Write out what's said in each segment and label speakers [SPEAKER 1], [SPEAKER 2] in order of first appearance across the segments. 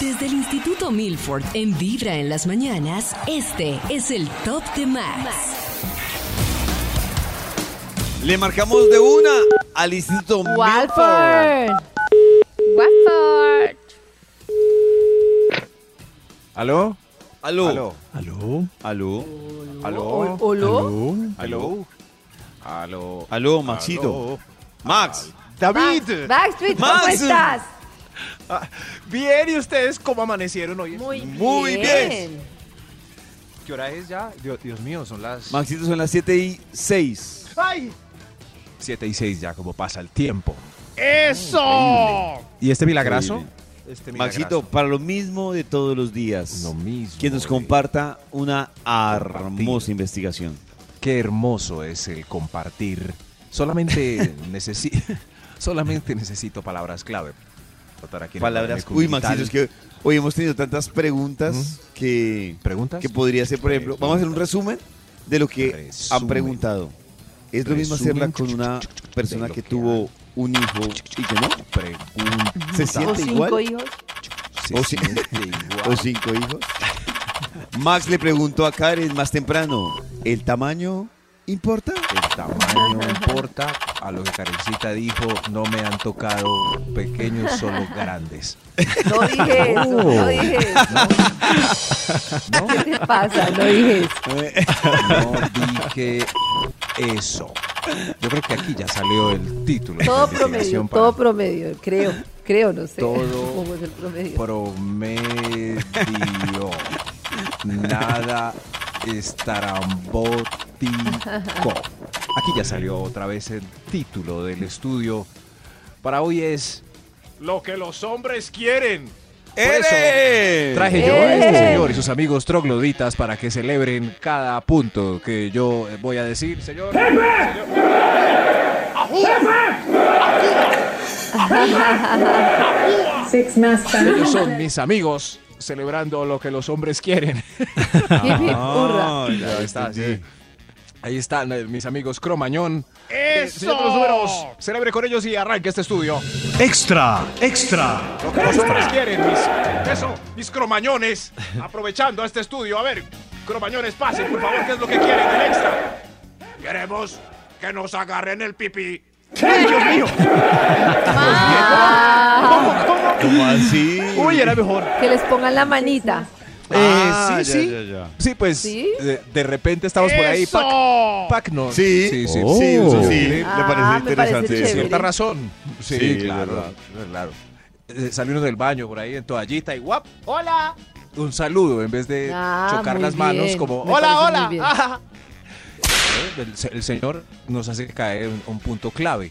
[SPEAKER 1] Desde el Instituto Milford en Vibra en las mañanas, este es el Top de Max.
[SPEAKER 2] Le marcamos de una al Instituto Milford.
[SPEAKER 3] Walford. Walford.
[SPEAKER 4] ¿Aló?
[SPEAKER 2] Aló.
[SPEAKER 4] ¿Aló?
[SPEAKER 2] Aló.
[SPEAKER 5] ¿Aló?
[SPEAKER 2] Aló.
[SPEAKER 4] ¿Aló?
[SPEAKER 3] ¿Oló?
[SPEAKER 5] ¿Aló?
[SPEAKER 4] ¿Aló? ¿Aló?
[SPEAKER 2] Aló, Maxito.
[SPEAKER 4] ¿Aló?
[SPEAKER 2] Max.
[SPEAKER 4] ¡David!
[SPEAKER 3] Backstreet, ¿cómo
[SPEAKER 2] Max.
[SPEAKER 3] estás?
[SPEAKER 4] Ah, Bien, ¿y ustedes cómo amanecieron hoy?
[SPEAKER 2] Muy bien.
[SPEAKER 4] ¿Qué hora es ya? Dios, Dios mío, son las
[SPEAKER 2] Maxito son las 7 y 6.
[SPEAKER 4] ¡Ay! 7 y 6 ya, como pasa el tiempo.
[SPEAKER 6] ¡Eso!
[SPEAKER 4] ¿Y este milagrazo?
[SPEAKER 2] Increíble.
[SPEAKER 4] Este
[SPEAKER 2] Maxito, para lo mismo de todos los días.
[SPEAKER 4] Lo mismo,
[SPEAKER 2] Que nos
[SPEAKER 4] eh.
[SPEAKER 2] comparta una hermosa
[SPEAKER 4] Compartir.
[SPEAKER 2] investigación.
[SPEAKER 4] Qué hermoso es el compartir. Solamente, necesi solamente necesito palabras clave. Anotar aquí en el
[SPEAKER 2] Palabras.
[SPEAKER 4] cuaderno
[SPEAKER 2] Uy, Maxito,
[SPEAKER 4] digital.
[SPEAKER 2] es que hoy hemos tenido tantas preguntas que.
[SPEAKER 4] ¿Preguntas?
[SPEAKER 2] Que podría ser, por ejemplo. Vamos a hacer un resumen de lo que han
[SPEAKER 4] Resumen.
[SPEAKER 2] preguntado. Es lo mismo
[SPEAKER 4] Resumen
[SPEAKER 2] hacerla con una persona
[SPEAKER 4] de lo
[SPEAKER 2] que
[SPEAKER 4] que
[SPEAKER 2] tuvo un hijo y que no.
[SPEAKER 4] Preguntas.
[SPEAKER 2] ¿Se
[SPEAKER 3] ¿O
[SPEAKER 2] siente
[SPEAKER 3] cinco
[SPEAKER 2] igual?
[SPEAKER 3] hijos?
[SPEAKER 4] Se
[SPEAKER 2] O si-
[SPEAKER 4] siente igual.
[SPEAKER 2] o cinco hijos. Max le preguntó a Karen más temprano, ¿el tamaño importa?
[SPEAKER 4] El tamaño no importa. A lo que Karencita dijo, no me han tocado pequeños, solo grandes.
[SPEAKER 3] No dije eso,
[SPEAKER 4] Oh.
[SPEAKER 3] no dije eso. ¿Qué te pasa? No dije eso.
[SPEAKER 4] No dije eso. Yo creo que aquí ya salió el título. de
[SPEAKER 3] Todo
[SPEAKER 4] la investigación
[SPEAKER 3] promedio,
[SPEAKER 4] para-
[SPEAKER 3] todo promedio, creo, creo, no sé.
[SPEAKER 4] Todo
[SPEAKER 3] ¿Cómo es el promedio?
[SPEAKER 4] promedio. Nada estarambótico. Aquí ya salió otra vez el título del estudio. Para hoy es.
[SPEAKER 6] Lo que los hombres quieren.
[SPEAKER 4] Por eso traje
[SPEAKER 2] Eh.
[SPEAKER 4] yo a
[SPEAKER 3] ¡Eren!
[SPEAKER 4] este señor y sus amigos trogloditas para que celebren cada punto que yo eh, voy a decir, señor.
[SPEAKER 7] Six Master.
[SPEAKER 6] Ellos son mis amigos celebrando lo que los hombres quieren.
[SPEAKER 3] Hip, hip, hurra.
[SPEAKER 2] Ah, ya
[SPEAKER 4] Ahí está,
[SPEAKER 2] entendí.
[SPEAKER 4] sí. Ahí están eh, mis amigos Cromañón. Eh,
[SPEAKER 6] ¡Eso!
[SPEAKER 4] Señor de los números, celebre con ellos y arranque este estudio.
[SPEAKER 5] Extra, extra.
[SPEAKER 6] Lo que los hombres quieren, mis, eso, mis cromañones. Aprovechando este estudio, a ver, cromañones, pasen, por favor, ¿qué es lo que quieren del extra? Queremos que nos agarren el pipí. ¡Ay, Dios mío!
[SPEAKER 3] Ah,
[SPEAKER 2] ¿Cómo así?
[SPEAKER 6] Uy, era mejor.
[SPEAKER 3] que les pongan la manita.
[SPEAKER 2] Ah,
[SPEAKER 4] Eh,
[SPEAKER 2] ya,
[SPEAKER 4] sí, sí.
[SPEAKER 2] ya, ya.
[SPEAKER 4] Sí, pues
[SPEAKER 3] ¿Sí?
[SPEAKER 4] De, de repente estamos por ahí.
[SPEAKER 6] ¡Eso!
[SPEAKER 4] Pac, pac, no.
[SPEAKER 2] Sí,
[SPEAKER 4] sí, sí.
[SPEAKER 2] sí, sí,
[SPEAKER 5] Oh.
[SPEAKER 2] le
[SPEAKER 3] Ah,
[SPEAKER 2] parece
[SPEAKER 3] me parece
[SPEAKER 2] interesante. eso.
[SPEAKER 3] chévere.
[SPEAKER 4] Cierta razón. Sí,
[SPEAKER 2] Sí,
[SPEAKER 4] claro.
[SPEAKER 2] verdad.
[SPEAKER 4] claro. Eh, salimos del baño por ahí en toallita y guap. ¡Hola! Un saludo en vez de
[SPEAKER 3] Ah,
[SPEAKER 4] chocar
[SPEAKER 3] muy
[SPEAKER 4] las manos
[SPEAKER 3] bien.
[SPEAKER 4] como
[SPEAKER 3] Me
[SPEAKER 4] ¡Hola,
[SPEAKER 3] parece
[SPEAKER 4] hola!
[SPEAKER 3] muy bien.
[SPEAKER 4] Ah. Eh, El, se- el señor nos hace caer un, un punto clave.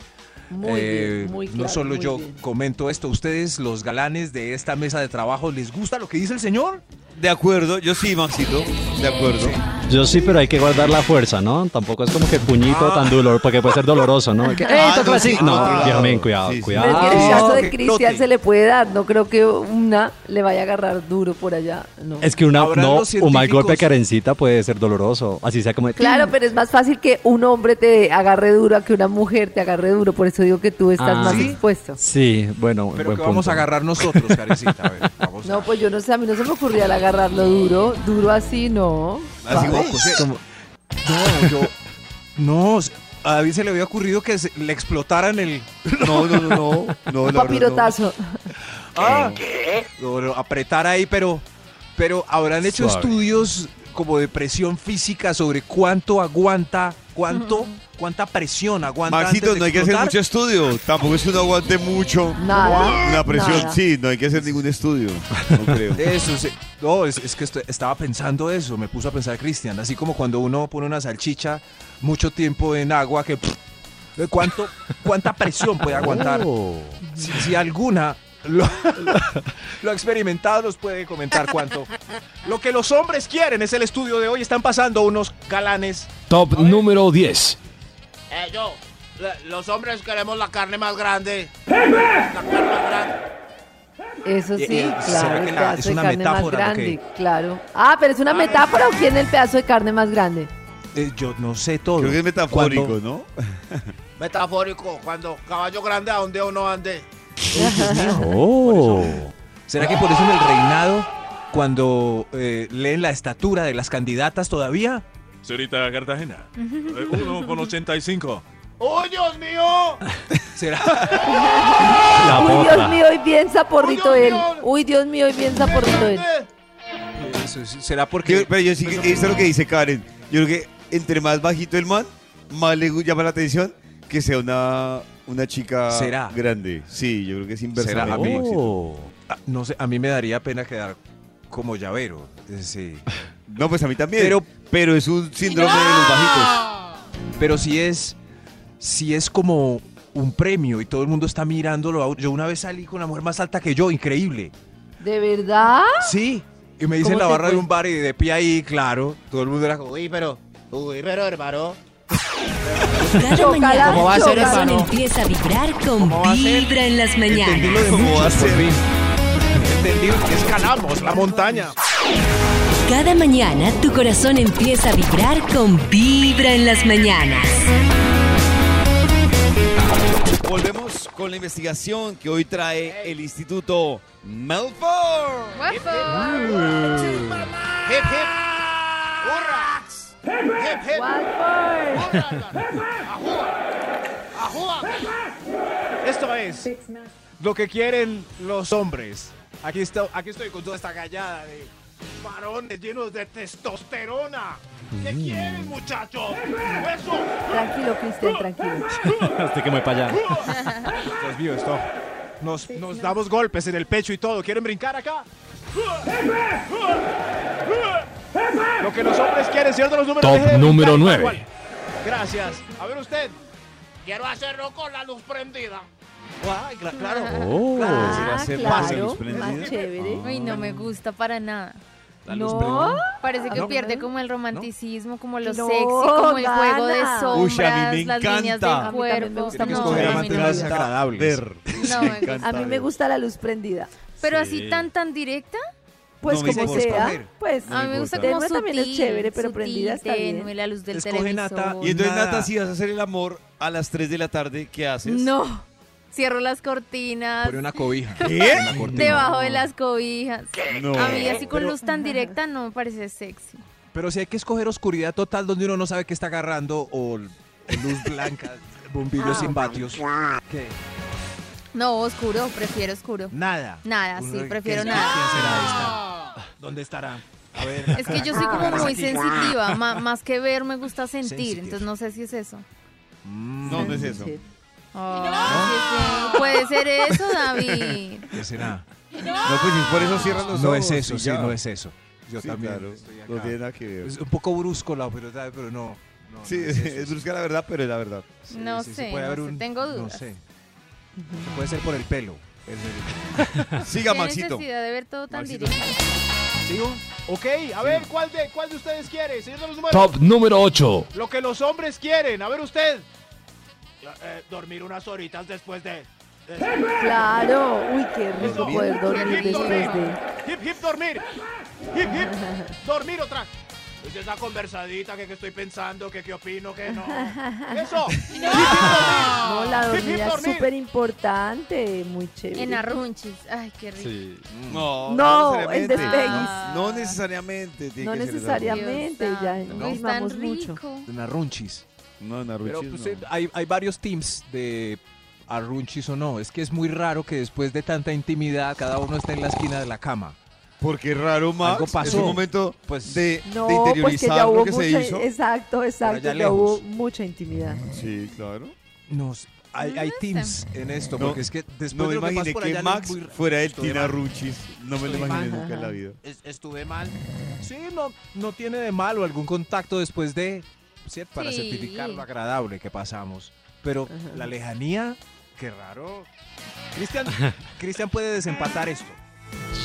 [SPEAKER 3] Muy
[SPEAKER 4] Eh,
[SPEAKER 3] bien, muy
[SPEAKER 4] no
[SPEAKER 3] claro,
[SPEAKER 4] solo
[SPEAKER 3] muy
[SPEAKER 4] yo
[SPEAKER 3] bien.
[SPEAKER 4] comento esto, ustedes los galanes de esta mesa de trabajo, ¿les gusta lo que dice el señor?
[SPEAKER 2] De acuerdo, yo sí, Maxito, de acuerdo.
[SPEAKER 5] Yo sí, pero hay que guardar la fuerza, ¿no? Tampoco es como que puñito tan dolor, porque puede ser doloroso, ¿no? Que,
[SPEAKER 2] Ah,
[SPEAKER 5] ¡Eh, tocó
[SPEAKER 2] no,
[SPEAKER 5] así!
[SPEAKER 2] sí,
[SPEAKER 5] No,
[SPEAKER 2] claro.
[SPEAKER 5] Dios mío, cuidado,
[SPEAKER 2] Sí, sí.
[SPEAKER 3] Pero es
[SPEAKER 5] cuidado.
[SPEAKER 3] que el
[SPEAKER 2] Ah,
[SPEAKER 3] caso
[SPEAKER 2] que
[SPEAKER 3] de Cristian
[SPEAKER 2] flote.
[SPEAKER 3] se le puede dar, no creo que una le vaya a agarrar duro por allá. No.
[SPEAKER 5] Es que una,
[SPEAKER 4] Habrán
[SPEAKER 5] no,
[SPEAKER 4] los
[SPEAKER 5] un mal golpe a
[SPEAKER 4] científicos.
[SPEAKER 5] carencita puede ser doloroso. Así sea como. de-
[SPEAKER 2] Mm.
[SPEAKER 5] "Mm".
[SPEAKER 3] Claro, pero es más fácil que un hombre te agarre duro a que una mujer te agarre duro. Por eso digo que tú estás
[SPEAKER 5] Ah.
[SPEAKER 3] más
[SPEAKER 5] ¿Sí?
[SPEAKER 3] expuesto.
[SPEAKER 5] Sí, bueno,
[SPEAKER 4] Pero
[SPEAKER 5] buen
[SPEAKER 4] que vamos
[SPEAKER 5] punto.
[SPEAKER 4] a agarrar nosotros, carecita. A ver, vamos
[SPEAKER 3] No,
[SPEAKER 4] a-
[SPEAKER 3] pues yo no sé, a mí no se me ocurría el agarrarlo duro. Duro así, no.
[SPEAKER 2] Así
[SPEAKER 3] Suave.
[SPEAKER 2] como- pues,
[SPEAKER 4] José, No, yo. No, a David se le había ocurrido que se- le explotaran el.
[SPEAKER 2] No, no, no, no. no
[SPEAKER 3] Un
[SPEAKER 2] la verdad, no.
[SPEAKER 3] papirotazo.
[SPEAKER 4] Ah, no, no, apretar ahí, pero. Pero habrán hecho
[SPEAKER 5] Suave.
[SPEAKER 4] estudios como de presión física sobre cuánto aguanta, cuánto, cuánta presión aguanta.
[SPEAKER 2] Maxito,
[SPEAKER 4] antes de
[SPEAKER 2] no hay que hacer
[SPEAKER 4] explotar.
[SPEAKER 2] mucho estudio. Tampoco es que uno aguante mucho.
[SPEAKER 3] Nada,
[SPEAKER 2] La presión,
[SPEAKER 3] nada.
[SPEAKER 2] sí, no hay que hacer ningún estudio. No creo.
[SPEAKER 4] Eso, sí. No, es, es que esto- estaba pensando eso, me puso a pensar Cristian, así como cuando uno pone una salchicha mucho tiempo en agua, eh,
[SPEAKER 2] Oh.
[SPEAKER 4] que pff, ¿cuánto, ¿cuánta presión puede aguantar? Si, si alguna Lo, lo experimentado nos puede comentar cuánto.
[SPEAKER 6] Lo que los hombres quieren es el estudio de hoy. Están pasando unos galanes.
[SPEAKER 7] Top número 10.
[SPEAKER 6] Eh, yo. Los hombres queremos la carne más grande. La carne más grande.
[SPEAKER 3] Eso
[SPEAKER 4] Eh,
[SPEAKER 3] sí,
[SPEAKER 4] eh,
[SPEAKER 3] claro.
[SPEAKER 4] ¿será
[SPEAKER 3] el
[SPEAKER 4] que la-
[SPEAKER 3] pedazo
[SPEAKER 4] es
[SPEAKER 3] de
[SPEAKER 4] una
[SPEAKER 3] carne
[SPEAKER 4] metáfora
[SPEAKER 3] más
[SPEAKER 4] lo que-
[SPEAKER 3] grande, claro. Ah, pero es una metáfora o quién el pedazo de carne más grande.
[SPEAKER 4] Eh, yo no sé todo.
[SPEAKER 2] Creo que es metafórico,
[SPEAKER 4] Cuando-
[SPEAKER 2] ¿no?
[SPEAKER 6] Metafórico, cuando caballo grande a donde uno ande.
[SPEAKER 5] Oh.
[SPEAKER 4] ¿Será que por eso en el reinado, cuando eh, leen la estatura de las candidatas todavía?
[SPEAKER 8] Señorita Cartagena, 1 con 85.
[SPEAKER 6] ¡Oh, Dios mío!
[SPEAKER 4] ¿Será?
[SPEAKER 5] La
[SPEAKER 3] Uy, Dios
[SPEAKER 5] potra.
[SPEAKER 3] mío, y bien saporrito
[SPEAKER 6] Uy, Dios
[SPEAKER 3] él.
[SPEAKER 6] mío.
[SPEAKER 3] Uy, Dios mío, y bien saporrito él.
[SPEAKER 6] ¿Dónde?
[SPEAKER 4] Eso- ¿Será porque.?
[SPEAKER 2] Yo- pero yo sí, que- eso es lo que dice Karen. Yo creo que entre más bajito el man, más le gu- llama la atención que sea una, una chica Oh.
[SPEAKER 4] ¿Será?
[SPEAKER 2] grande. Sí, yo creo que es
[SPEAKER 4] ¿Será?
[SPEAKER 2] inversamente
[SPEAKER 4] A mí-
[SPEAKER 2] exitoso.
[SPEAKER 4] Ah, no sé, a mí me daría pena quedar como llavero. eh, Sí.
[SPEAKER 2] No, pues a mí también.
[SPEAKER 4] Pero-
[SPEAKER 2] Pero, es un síndrome de los bajitos.
[SPEAKER 4] Pero si es. Si es como un premio y todo el mundo está mirándolo. a uno. Yo una vez salí con una mujer más alta que yo, increíble.
[SPEAKER 3] ¿De verdad?
[SPEAKER 4] Sí. Y me hice en
[SPEAKER 3] ¿Cómo
[SPEAKER 4] la
[SPEAKER 3] te
[SPEAKER 4] barra de
[SPEAKER 3] fue?
[SPEAKER 4] un bar y de pie ahí, claro. Todo el mundo era como.
[SPEAKER 6] Uy, pero, uy, pero, hermano.
[SPEAKER 1] Cada
[SPEAKER 3] Chócala,
[SPEAKER 1] mañana
[SPEAKER 3] ¿Cómo va a
[SPEAKER 1] tu
[SPEAKER 3] ser,
[SPEAKER 1] corazón
[SPEAKER 3] hermano?
[SPEAKER 1] empieza a vibrar con
[SPEAKER 6] ¿Cómo va a ser?
[SPEAKER 1] vibra en las
[SPEAKER 4] Entendí
[SPEAKER 1] mañanas.
[SPEAKER 4] lo de
[SPEAKER 2] ¿Cómo va a
[SPEAKER 4] muchos, por
[SPEAKER 2] ser?
[SPEAKER 4] fin.
[SPEAKER 6] Entendido, escalamos la montaña.
[SPEAKER 1] Cada mañana tu corazón empieza a vibrar con vibra en las mañanas.
[SPEAKER 2] Volvemos con la investigación que hoy trae el Instituto Melford.
[SPEAKER 6] Hip, hip. ¡Hurra! Hip, hip.
[SPEAKER 3] Watford.
[SPEAKER 6] ¡Hurra! ¡Ajúa! ¡Ajúa! Esto es lo que quieren los hombres. Aquí, está, aquí estoy con toda esta gallada de varones llenos de testosterona. ¿Qué
[SPEAKER 4] Mm.
[SPEAKER 6] quieren, muchachos? ¡Eso!
[SPEAKER 3] Tranquilo, Cristian, tranquilo.
[SPEAKER 5] Hasta Este que me voy para allá.
[SPEAKER 6] Dios mío, esto. Nos, nos damos golpes en el pecho y todo. ¿Quieren brincar acá? Lo que los hombres quieren, ¿cierto? Los números
[SPEAKER 7] Top
[SPEAKER 6] Deje de
[SPEAKER 7] número
[SPEAKER 6] brincar,
[SPEAKER 7] nueve.
[SPEAKER 6] igual. Gracias. A ver usted. Quiero hacerlo con la luz prendida. Ay, cla- claro.
[SPEAKER 5] Oh.
[SPEAKER 2] va a
[SPEAKER 3] Ah,
[SPEAKER 2] ser fácil,
[SPEAKER 3] claro,
[SPEAKER 2] luz prendida.
[SPEAKER 3] más chévere.
[SPEAKER 9] Uy, no me gusta para nada.
[SPEAKER 2] Ah,
[SPEAKER 3] No,
[SPEAKER 9] Parece que
[SPEAKER 3] ¿No?
[SPEAKER 9] pierde como el romanticismo, como lo
[SPEAKER 3] No,
[SPEAKER 9] sexy, como el juego de
[SPEAKER 3] gana.
[SPEAKER 9] sombras,
[SPEAKER 2] Uy, a mí me
[SPEAKER 9] las
[SPEAKER 2] encanta. A
[SPEAKER 9] líneas del
[SPEAKER 3] mí también me
[SPEAKER 9] cuerpo.
[SPEAKER 3] gusta
[SPEAKER 4] Hay que
[SPEAKER 3] No,
[SPEAKER 4] escoger
[SPEAKER 3] a
[SPEAKER 4] a
[SPEAKER 3] mí no me
[SPEAKER 4] materiales
[SPEAKER 3] gusta.
[SPEAKER 4] agradables.
[SPEAKER 2] Ver.
[SPEAKER 9] No, me gusta.
[SPEAKER 3] a mí me gusta la luz prendida.
[SPEAKER 9] Pero así tan tan directa,
[SPEAKER 3] Pues
[SPEAKER 2] No me
[SPEAKER 3] como
[SPEAKER 2] digas
[SPEAKER 3] sea,
[SPEAKER 4] comer.
[SPEAKER 3] pues
[SPEAKER 9] a mí me gusta
[SPEAKER 3] tenue
[SPEAKER 9] como sutil,
[SPEAKER 3] también es chévere, pero
[SPEAKER 9] sutil,
[SPEAKER 3] prendida está
[SPEAKER 9] tenue,
[SPEAKER 3] bien.
[SPEAKER 9] la luz del
[SPEAKER 4] Escoge nata
[SPEAKER 9] televisor.
[SPEAKER 2] Y entonces,
[SPEAKER 4] Nada.
[SPEAKER 2] Nata, si vas a hacer el amor a las 3 de la tarde, ¿qué haces?
[SPEAKER 9] No, cierro las cortinas,
[SPEAKER 4] Pone una cobija.
[SPEAKER 2] ¿Qué?
[SPEAKER 4] Una cortina.
[SPEAKER 9] debajo de las cobijas.
[SPEAKER 7] Eh,
[SPEAKER 2] No.
[SPEAKER 7] ah,
[SPEAKER 9] A mí así con luz tan directa no me parece sexy.
[SPEAKER 4] Pero si hay que escoger oscuridad total donde uno no sabe qué está agarrando o luz blanca,
[SPEAKER 9] Ah,
[SPEAKER 4] bombillos sin vatios.
[SPEAKER 9] No, oscuro, prefiero oscuro.
[SPEAKER 4] Nada.
[SPEAKER 9] Nada,
[SPEAKER 4] Uno,
[SPEAKER 9] sí,
[SPEAKER 4] ¿qué-
[SPEAKER 9] prefiero
[SPEAKER 4] quién-
[SPEAKER 9] nada.
[SPEAKER 4] ¿Quién será esta? ¿Dónde estará? A ver.
[SPEAKER 9] Es que yo soy como muy sensitiva, ma- más que ver me gusta sentir,
[SPEAKER 4] Sensitive.
[SPEAKER 9] entonces no sé si es eso.
[SPEAKER 2] No, no es eso.
[SPEAKER 3] Sí.
[SPEAKER 9] Ah, sí, sí. Puede ser eso, David.
[SPEAKER 4] ¿Qué será?
[SPEAKER 2] No, pues si por eso cierran los ojos.
[SPEAKER 4] No es eso,
[SPEAKER 2] y
[SPEAKER 4] sí,
[SPEAKER 2] ya.
[SPEAKER 4] no es eso. Yo
[SPEAKER 2] Sí,
[SPEAKER 4] también.
[SPEAKER 2] claro,
[SPEAKER 4] estoy acá.
[SPEAKER 2] no tiene nada que ver.
[SPEAKER 4] Es un poco brusco la verdad, pero no. no, no
[SPEAKER 2] Sí,
[SPEAKER 4] es
[SPEAKER 2] es,
[SPEAKER 4] eso, sí.
[SPEAKER 2] brusca la verdad, pero es la verdad.
[SPEAKER 4] Sí,
[SPEAKER 9] No
[SPEAKER 4] sí, sí,
[SPEAKER 9] sé,
[SPEAKER 4] puede
[SPEAKER 9] no
[SPEAKER 4] haber
[SPEAKER 9] sé,
[SPEAKER 4] un-
[SPEAKER 9] tengo
[SPEAKER 4] No
[SPEAKER 9] dudas.
[SPEAKER 4] sé. Puede ser por el pelo. Es el-
[SPEAKER 2] Siga,
[SPEAKER 9] ¿Qué
[SPEAKER 2] Maxito.
[SPEAKER 9] necesidad de ver todo tan
[SPEAKER 4] Maxito.
[SPEAKER 9] directo?
[SPEAKER 4] ¿Sigo?
[SPEAKER 6] Ok, a ver, ¿cuál de, cuál de ustedes quiere? Señor de los números.
[SPEAKER 7] Top número 8.
[SPEAKER 6] Lo que los hombres quieren. A ver usted. Eh, dormir unas horitas después de.
[SPEAKER 3] Claro, uy, qué rico
[SPEAKER 2] Dormir.
[SPEAKER 3] poder dormir
[SPEAKER 6] Dormir.
[SPEAKER 3] después de...
[SPEAKER 6] Hip, hip, dormir. Hip, hip, dormir otra. Es Pues esa conversadita que, que estoy pensando, que qué opino, que no. Eso. Hip, hip,
[SPEAKER 3] No,
[SPEAKER 6] dormir.
[SPEAKER 3] la
[SPEAKER 6] Hip, hip,
[SPEAKER 3] dormida es
[SPEAKER 6] dormir.
[SPEAKER 3] súper importante, muy chévere.
[SPEAKER 9] En arrunchis. Ay, qué rico.
[SPEAKER 5] Sí.
[SPEAKER 2] Mm. No,
[SPEAKER 3] No, el
[SPEAKER 2] necesariamente.
[SPEAKER 3] despegue.
[SPEAKER 2] No necesariamente. Tiene
[SPEAKER 3] No
[SPEAKER 2] que ser
[SPEAKER 9] Dios
[SPEAKER 3] necesariamente. obviamente,
[SPEAKER 9] santo.
[SPEAKER 3] ya
[SPEAKER 9] Uy,
[SPEAKER 3] nos
[SPEAKER 9] tan
[SPEAKER 3] vamos mucho.
[SPEAKER 9] rico.
[SPEAKER 4] Una runchis.
[SPEAKER 2] algo. No, Naruchis
[SPEAKER 4] Pero pues,
[SPEAKER 2] no.
[SPEAKER 4] eh, hay, hay varios teams de arrunchis o no. Es que es muy raro que después de tanta intimidad cada uno esté en la esquina de la cama.
[SPEAKER 2] Porque raro, Max.
[SPEAKER 4] Algo pasó.
[SPEAKER 2] Es un momento
[SPEAKER 4] Pues-
[SPEAKER 2] de,
[SPEAKER 3] No,
[SPEAKER 2] de
[SPEAKER 3] pues que
[SPEAKER 2] interiorizar
[SPEAKER 3] ya hubo
[SPEAKER 2] lo que
[SPEAKER 3] mucha,
[SPEAKER 2] se hizo.
[SPEAKER 3] exacto, exacto,
[SPEAKER 4] allá
[SPEAKER 3] ya hubo
[SPEAKER 4] lejos.
[SPEAKER 3] mucha intimidad.
[SPEAKER 2] Sí, claro.
[SPEAKER 4] No, sé, hay,
[SPEAKER 3] Mm,
[SPEAKER 4] hay teams en esto,
[SPEAKER 2] No,
[SPEAKER 4] porque es que después
[SPEAKER 2] No
[SPEAKER 4] de
[SPEAKER 2] me
[SPEAKER 4] lo que pasa
[SPEAKER 2] imaginé
[SPEAKER 4] por
[SPEAKER 2] que
[SPEAKER 4] allá no es
[SPEAKER 2] Max
[SPEAKER 4] muy raro.
[SPEAKER 2] fuera el
[SPEAKER 4] Estoy
[SPEAKER 2] Tina
[SPEAKER 4] mal.
[SPEAKER 2] Ruchis. No me lo
[SPEAKER 4] Estoy
[SPEAKER 2] imaginé
[SPEAKER 3] mal.
[SPEAKER 2] nunca en la vida.
[SPEAKER 6] estuve mal.
[SPEAKER 4] Sí, no, no tiene de malo algún contacto después de, ¿cierto? Para
[SPEAKER 9] Sí.
[SPEAKER 4] certificar lo agradable que pasamos. Pero la lejanía Qué raro. Cristian, Cristian puede
[SPEAKER 3] Ah.
[SPEAKER 4] desempatar esto.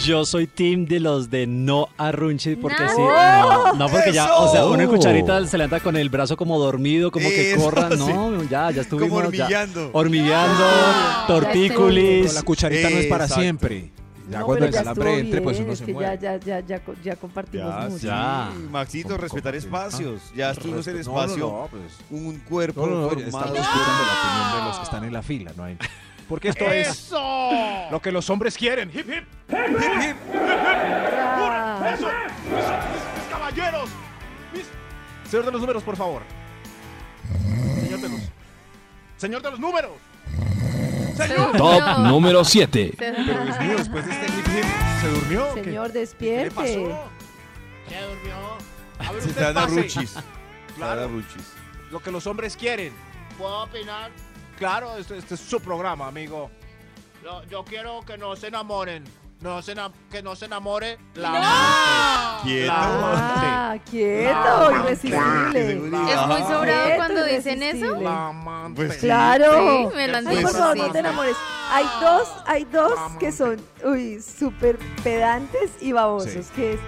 [SPEAKER 5] Yo soy team de los de no arrunche porque
[SPEAKER 9] No.
[SPEAKER 5] sí. No, no, porque ya, o sea, uno en
[SPEAKER 4] ¡Eso!
[SPEAKER 5] cucharita se levanta con el brazo como dormido, como que
[SPEAKER 2] Eso,
[SPEAKER 5] corra.
[SPEAKER 2] sí.
[SPEAKER 5] No, ya, ya estuvimos.
[SPEAKER 2] Como
[SPEAKER 5] ya.
[SPEAKER 2] hormigueando.
[SPEAKER 5] Hormigueando, tortícolis.
[SPEAKER 4] La cucharita no es para
[SPEAKER 2] Exacto.
[SPEAKER 4] siempre. Ya
[SPEAKER 3] No,
[SPEAKER 4] cuando
[SPEAKER 3] pero
[SPEAKER 4] el
[SPEAKER 3] ya
[SPEAKER 4] calambre
[SPEAKER 3] estuvo
[SPEAKER 4] entre, pues
[SPEAKER 3] bien,
[SPEAKER 4] uno
[SPEAKER 3] es
[SPEAKER 4] se
[SPEAKER 3] que
[SPEAKER 4] mueve.
[SPEAKER 3] Ya, ya, ya, ya, ya compartimos
[SPEAKER 2] Ya,
[SPEAKER 3] mucho.
[SPEAKER 5] ya.
[SPEAKER 2] Maxito,
[SPEAKER 4] Con-
[SPEAKER 2] respetar
[SPEAKER 4] con-
[SPEAKER 2] espacios. Ya esto no es el
[SPEAKER 4] Respeto.
[SPEAKER 2] espacio.
[SPEAKER 4] No, no, no, pues.
[SPEAKER 2] Un
[SPEAKER 4] No,
[SPEAKER 2] cuerpo
[SPEAKER 4] no, no, estamos
[SPEAKER 2] formado.
[SPEAKER 4] escuchando la opinión de los
[SPEAKER 3] Ah.
[SPEAKER 4] que están en la fila, no hay. Porque esto es
[SPEAKER 6] ¡Eso!
[SPEAKER 4] lo que los hombres quieren.
[SPEAKER 6] ¡Hip, hip!
[SPEAKER 3] Ah,
[SPEAKER 6] ¡Eso! Mis, mis- mis caballeros! Mis... Señor de los números, por favor. Señor de los... Señor de los números.
[SPEAKER 7] Top
[SPEAKER 9] No.
[SPEAKER 7] número 7.
[SPEAKER 4] Pero Dios mío, después de este hip hip, ¿se durmió? o qué?
[SPEAKER 3] Señor,
[SPEAKER 6] ¿Qué le
[SPEAKER 3] despierte.
[SPEAKER 6] pasó? Se durmió. A ver,
[SPEAKER 2] Se
[SPEAKER 6] usted
[SPEAKER 2] te dan
[SPEAKER 6] pase.
[SPEAKER 2] arruchis. Te dan
[SPEAKER 6] Claro,
[SPEAKER 2] arruchis.
[SPEAKER 6] lo que los hombres quieren. ¿Puedo opinar? Claro, este, este es su programa, amigo. Yo, yo quiero que no se enamoren. No se enam- que no se enamore la
[SPEAKER 2] Quieto.
[SPEAKER 3] Ah, quieto,
[SPEAKER 6] Ah,
[SPEAKER 3] irresistible.
[SPEAKER 2] Seguridad.
[SPEAKER 9] Es muy sobrado
[SPEAKER 3] Quieto,
[SPEAKER 9] cuando dicen eso.
[SPEAKER 3] irresistible.
[SPEAKER 6] La amante.
[SPEAKER 2] Pues sí.
[SPEAKER 3] Claro.
[SPEAKER 9] Sí, me lo han
[SPEAKER 3] Ay,
[SPEAKER 9] dicho.
[SPEAKER 3] por favor,
[SPEAKER 9] sí.
[SPEAKER 3] no te enamores. Hay dos, hay dos que son, uy, súper pedantes y babosos, que es,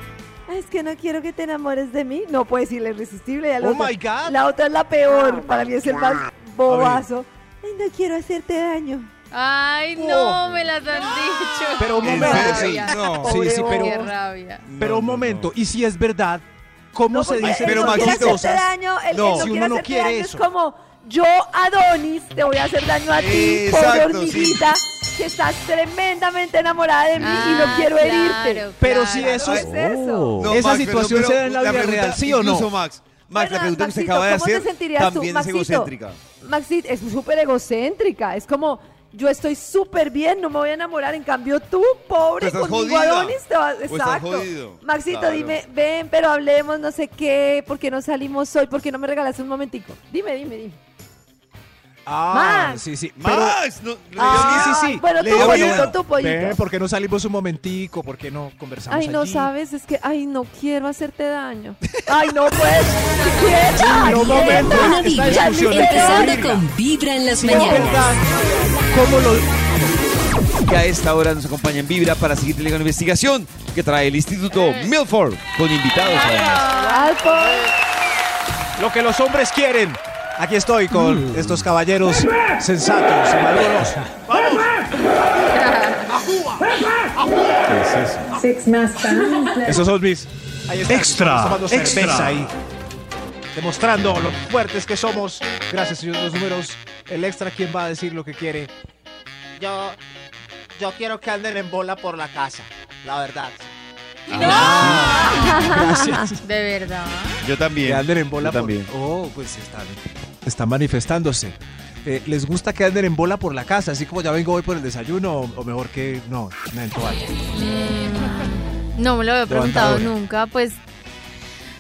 [SPEAKER 3] "Ay, es que no quiero que te enamores de mí. No puedes decirle irresistible. y a la
[SPEAKER 6] Oh
[SPEAKER 3] otra-
[SPEAKER 6] my God.
[SPEAKER 3] La otra es la peor, para mí es el más bobazo. Ay, no quiero hacerte daño.
[SPEAKER 9] Ay, no, me las han dicho.
[SPEAKER 4] Pero un
[SPEAKER 2] ¿En
[SPEAKER 4] momento, sí.
[SPEAKER 2] serio?
[SPEAKER 9] Ay,
[SPEAKER 2] No.
[SPEAKER 4] Sí, sí,
[SPEAKER 3] Pobre
[SPEAKER 9] Qué
[SPEAKER 4] pero,
[SPEAKER 9] rabia.
[SPEAKER 4] pero un momento. ¿Y si es verdad? ¿Cómo
[SPEAKER 3] No,
[SPEAKER 4] se
[SPEAKER 3] porque
[SPEAKER 4] dice?
[SPEAKER 3] el
[SPEAKER 2] pero
[SPEAKER 3] que no quiere
[SPEAKER 2] Maxito,
[SPEAKER 3] hacerte daño, el
[SPEAKER 2] no.
[SPEAKER 3] que no
[SPEAKER 4] Si
[SPEAKER 3] quiere
[SPEAKER 4] uno no
[SPEAKER 3] hacerte
[SPEAKER 4] quiere
[SPEAKER 3] daño
[SPEAKER 4] eso.
[SPEAKER 3] es como yo Adonis te voy a hacer daño a ti, pobre
[SPEAKER 2] Exacto, sí.
[SPEAKER 3] hormiguita, que estás tremendamente enamorada de mí y no
[SPEAKER 9] Ah,
[SPEAKER 3] quiero herirte.
[SPEAKER 9] claro,
[SPEAKER 4] Pero si
[SPEAKER 9] claro.
[SPEAKER 4] eso es-
[SPEAKER 3] No es eso.
[SPEAKER 5] Oh.
[SPEAKER 2] No,
[SPEAKER 4] Esa
[SPEAKER 2] pero
[SPEAKER 4] situación
[SPEAKER 2] no,
[SPEAKER 4] se
[SPEAKER 2] pero
[SPEAKER 4] da en la vida
[SPEAKER 2] pregunta,
[SPEAKER 4] real, ¿sí o no?
[SPEAKER 2] Incluso Max, Max, la
[SPEAKER 3] Bueno,
[SPEAKER 2] pregunta que se
[SPEAKER 3] Maxito,
[SPEAKER 2] acaba de
[SPEAKER 3] ¿cómo te
[SPEAKER 2] hacer
[SPEAKER 3] sentirías tú,
[SPEAKER 2] también es
[SPEAKER 3] Maxito?
[SPEAKER 2] egocéntrica.
[SPEAKER 3] Maxi, es súper egocéntrica. Es como, yo estoy súper bien, no me voy a enamorar. En cambio, tú,
[SPEAKER 2] Tú
[SPEAKER 3] pobre,
[SPEAKER 2] Pues estás
[SPEAKER 3] conmigo
[SPEAKER 2] jodida.
[SPEAKER 3] Adonis, te vas.
[SPEAKER 2] O estás
[SPEAKER 3] Exacto.
[SPEAKER 2] jodido.
[SPEAKER 3] Maxito,
[SPEAKER 2] Claro.
[SPEAKER 3] dime, ven, pero hablemos, no sé qué, ¿por qué no salimos hoy? ¿Por qué no me regalaste un momentico? Dime, dime, dime.
[SPEAKER 4] Ah,
[SPEAKER 3] Max.
[SPEAKER 4] sí, sí. Pero,
[SPEAKER 2] Max, no, le
[SPEAKER 3] Ah,
[SPEAKER 4] sí, sí, sí.
[SPEAKER 3] Bueno,
[SPEAKER 2] Le
[SPEAKER 3] tú,
[SPEAKER 2] dio
[SPEAKER 3] pollito,
[SPEAKER 2] miedo.
[SPEAKER 3] tú, pollito.
[SPEAKER 4] Ven, ¿por qué no salimos un momentico? ¿Por qué no conversamos
[SPEAKER 3] Ay, no
[SPEAKER 4] allí?
[SPEAKER 3] sabes, es que, ay, no quiero hacerte daño. Ay, no puedes. ¡Quieta!
[SPEAKER 4] no,
[SPEAKER 3] quieta.
[SPEAKER 4] momento,
[SPEAKER 1] Buena
[SPEAKER 4] Esta
[SPEAKER 1] vibra,
[SPEAKER 4] discusión hay que
[SPEAKER 1] empezando
[SPEAKER 4] abrirla.
[SPEAKER 1] con vibra en las
[SPEAKER 4] Sí, es verdad.
[SPEAKER 1] mañanas.
[SPEAKER 4] ¿Cómo lo...?
[SPEAKER 2] que a esta hora nos acompaña en Vibra para seguir la investigación que trae el Instituto Milford con invitados además.
[SPEAKER 3] Alfon,
[SPEAKER 4] Lo que los hombres quieren. Aquí estoy con estos caballeros sensatos y maduros. Esos son mis
[SPEAKER 6] Extra.
[SPEAKER 4] tomando cerveza
[SPEAKER 6] extra.
[SPEAKER 4] ahí. Demostrando lo fuertes que somos. Gracias, señor de los números. El extra, ¿quién va a decir lo que quiere?
[SPEAKER 6] Yo, yo quiero que anden en bola por la casa, la verdad.
[SPEAKER 4] Gracias.
[SPEAKER 9] De verdad.
[SPEAKER 2] Yo también.
[SPEAKER 4] Que anden en bola
[SPEAKER 2] Yo también.
[SPEAKER 4] por... Oh, pues están, están manifestándose. Eh, ¿Les gusta que anden en bola por la casa? Así como ya vengo hoy por el desayuno, o, o mejor que... No, me toalla.
[SPEAKER 9] No me lo había preguntado
[SPEAKER 4] Levantadora.
[SPEAKER 9] nunca, pues.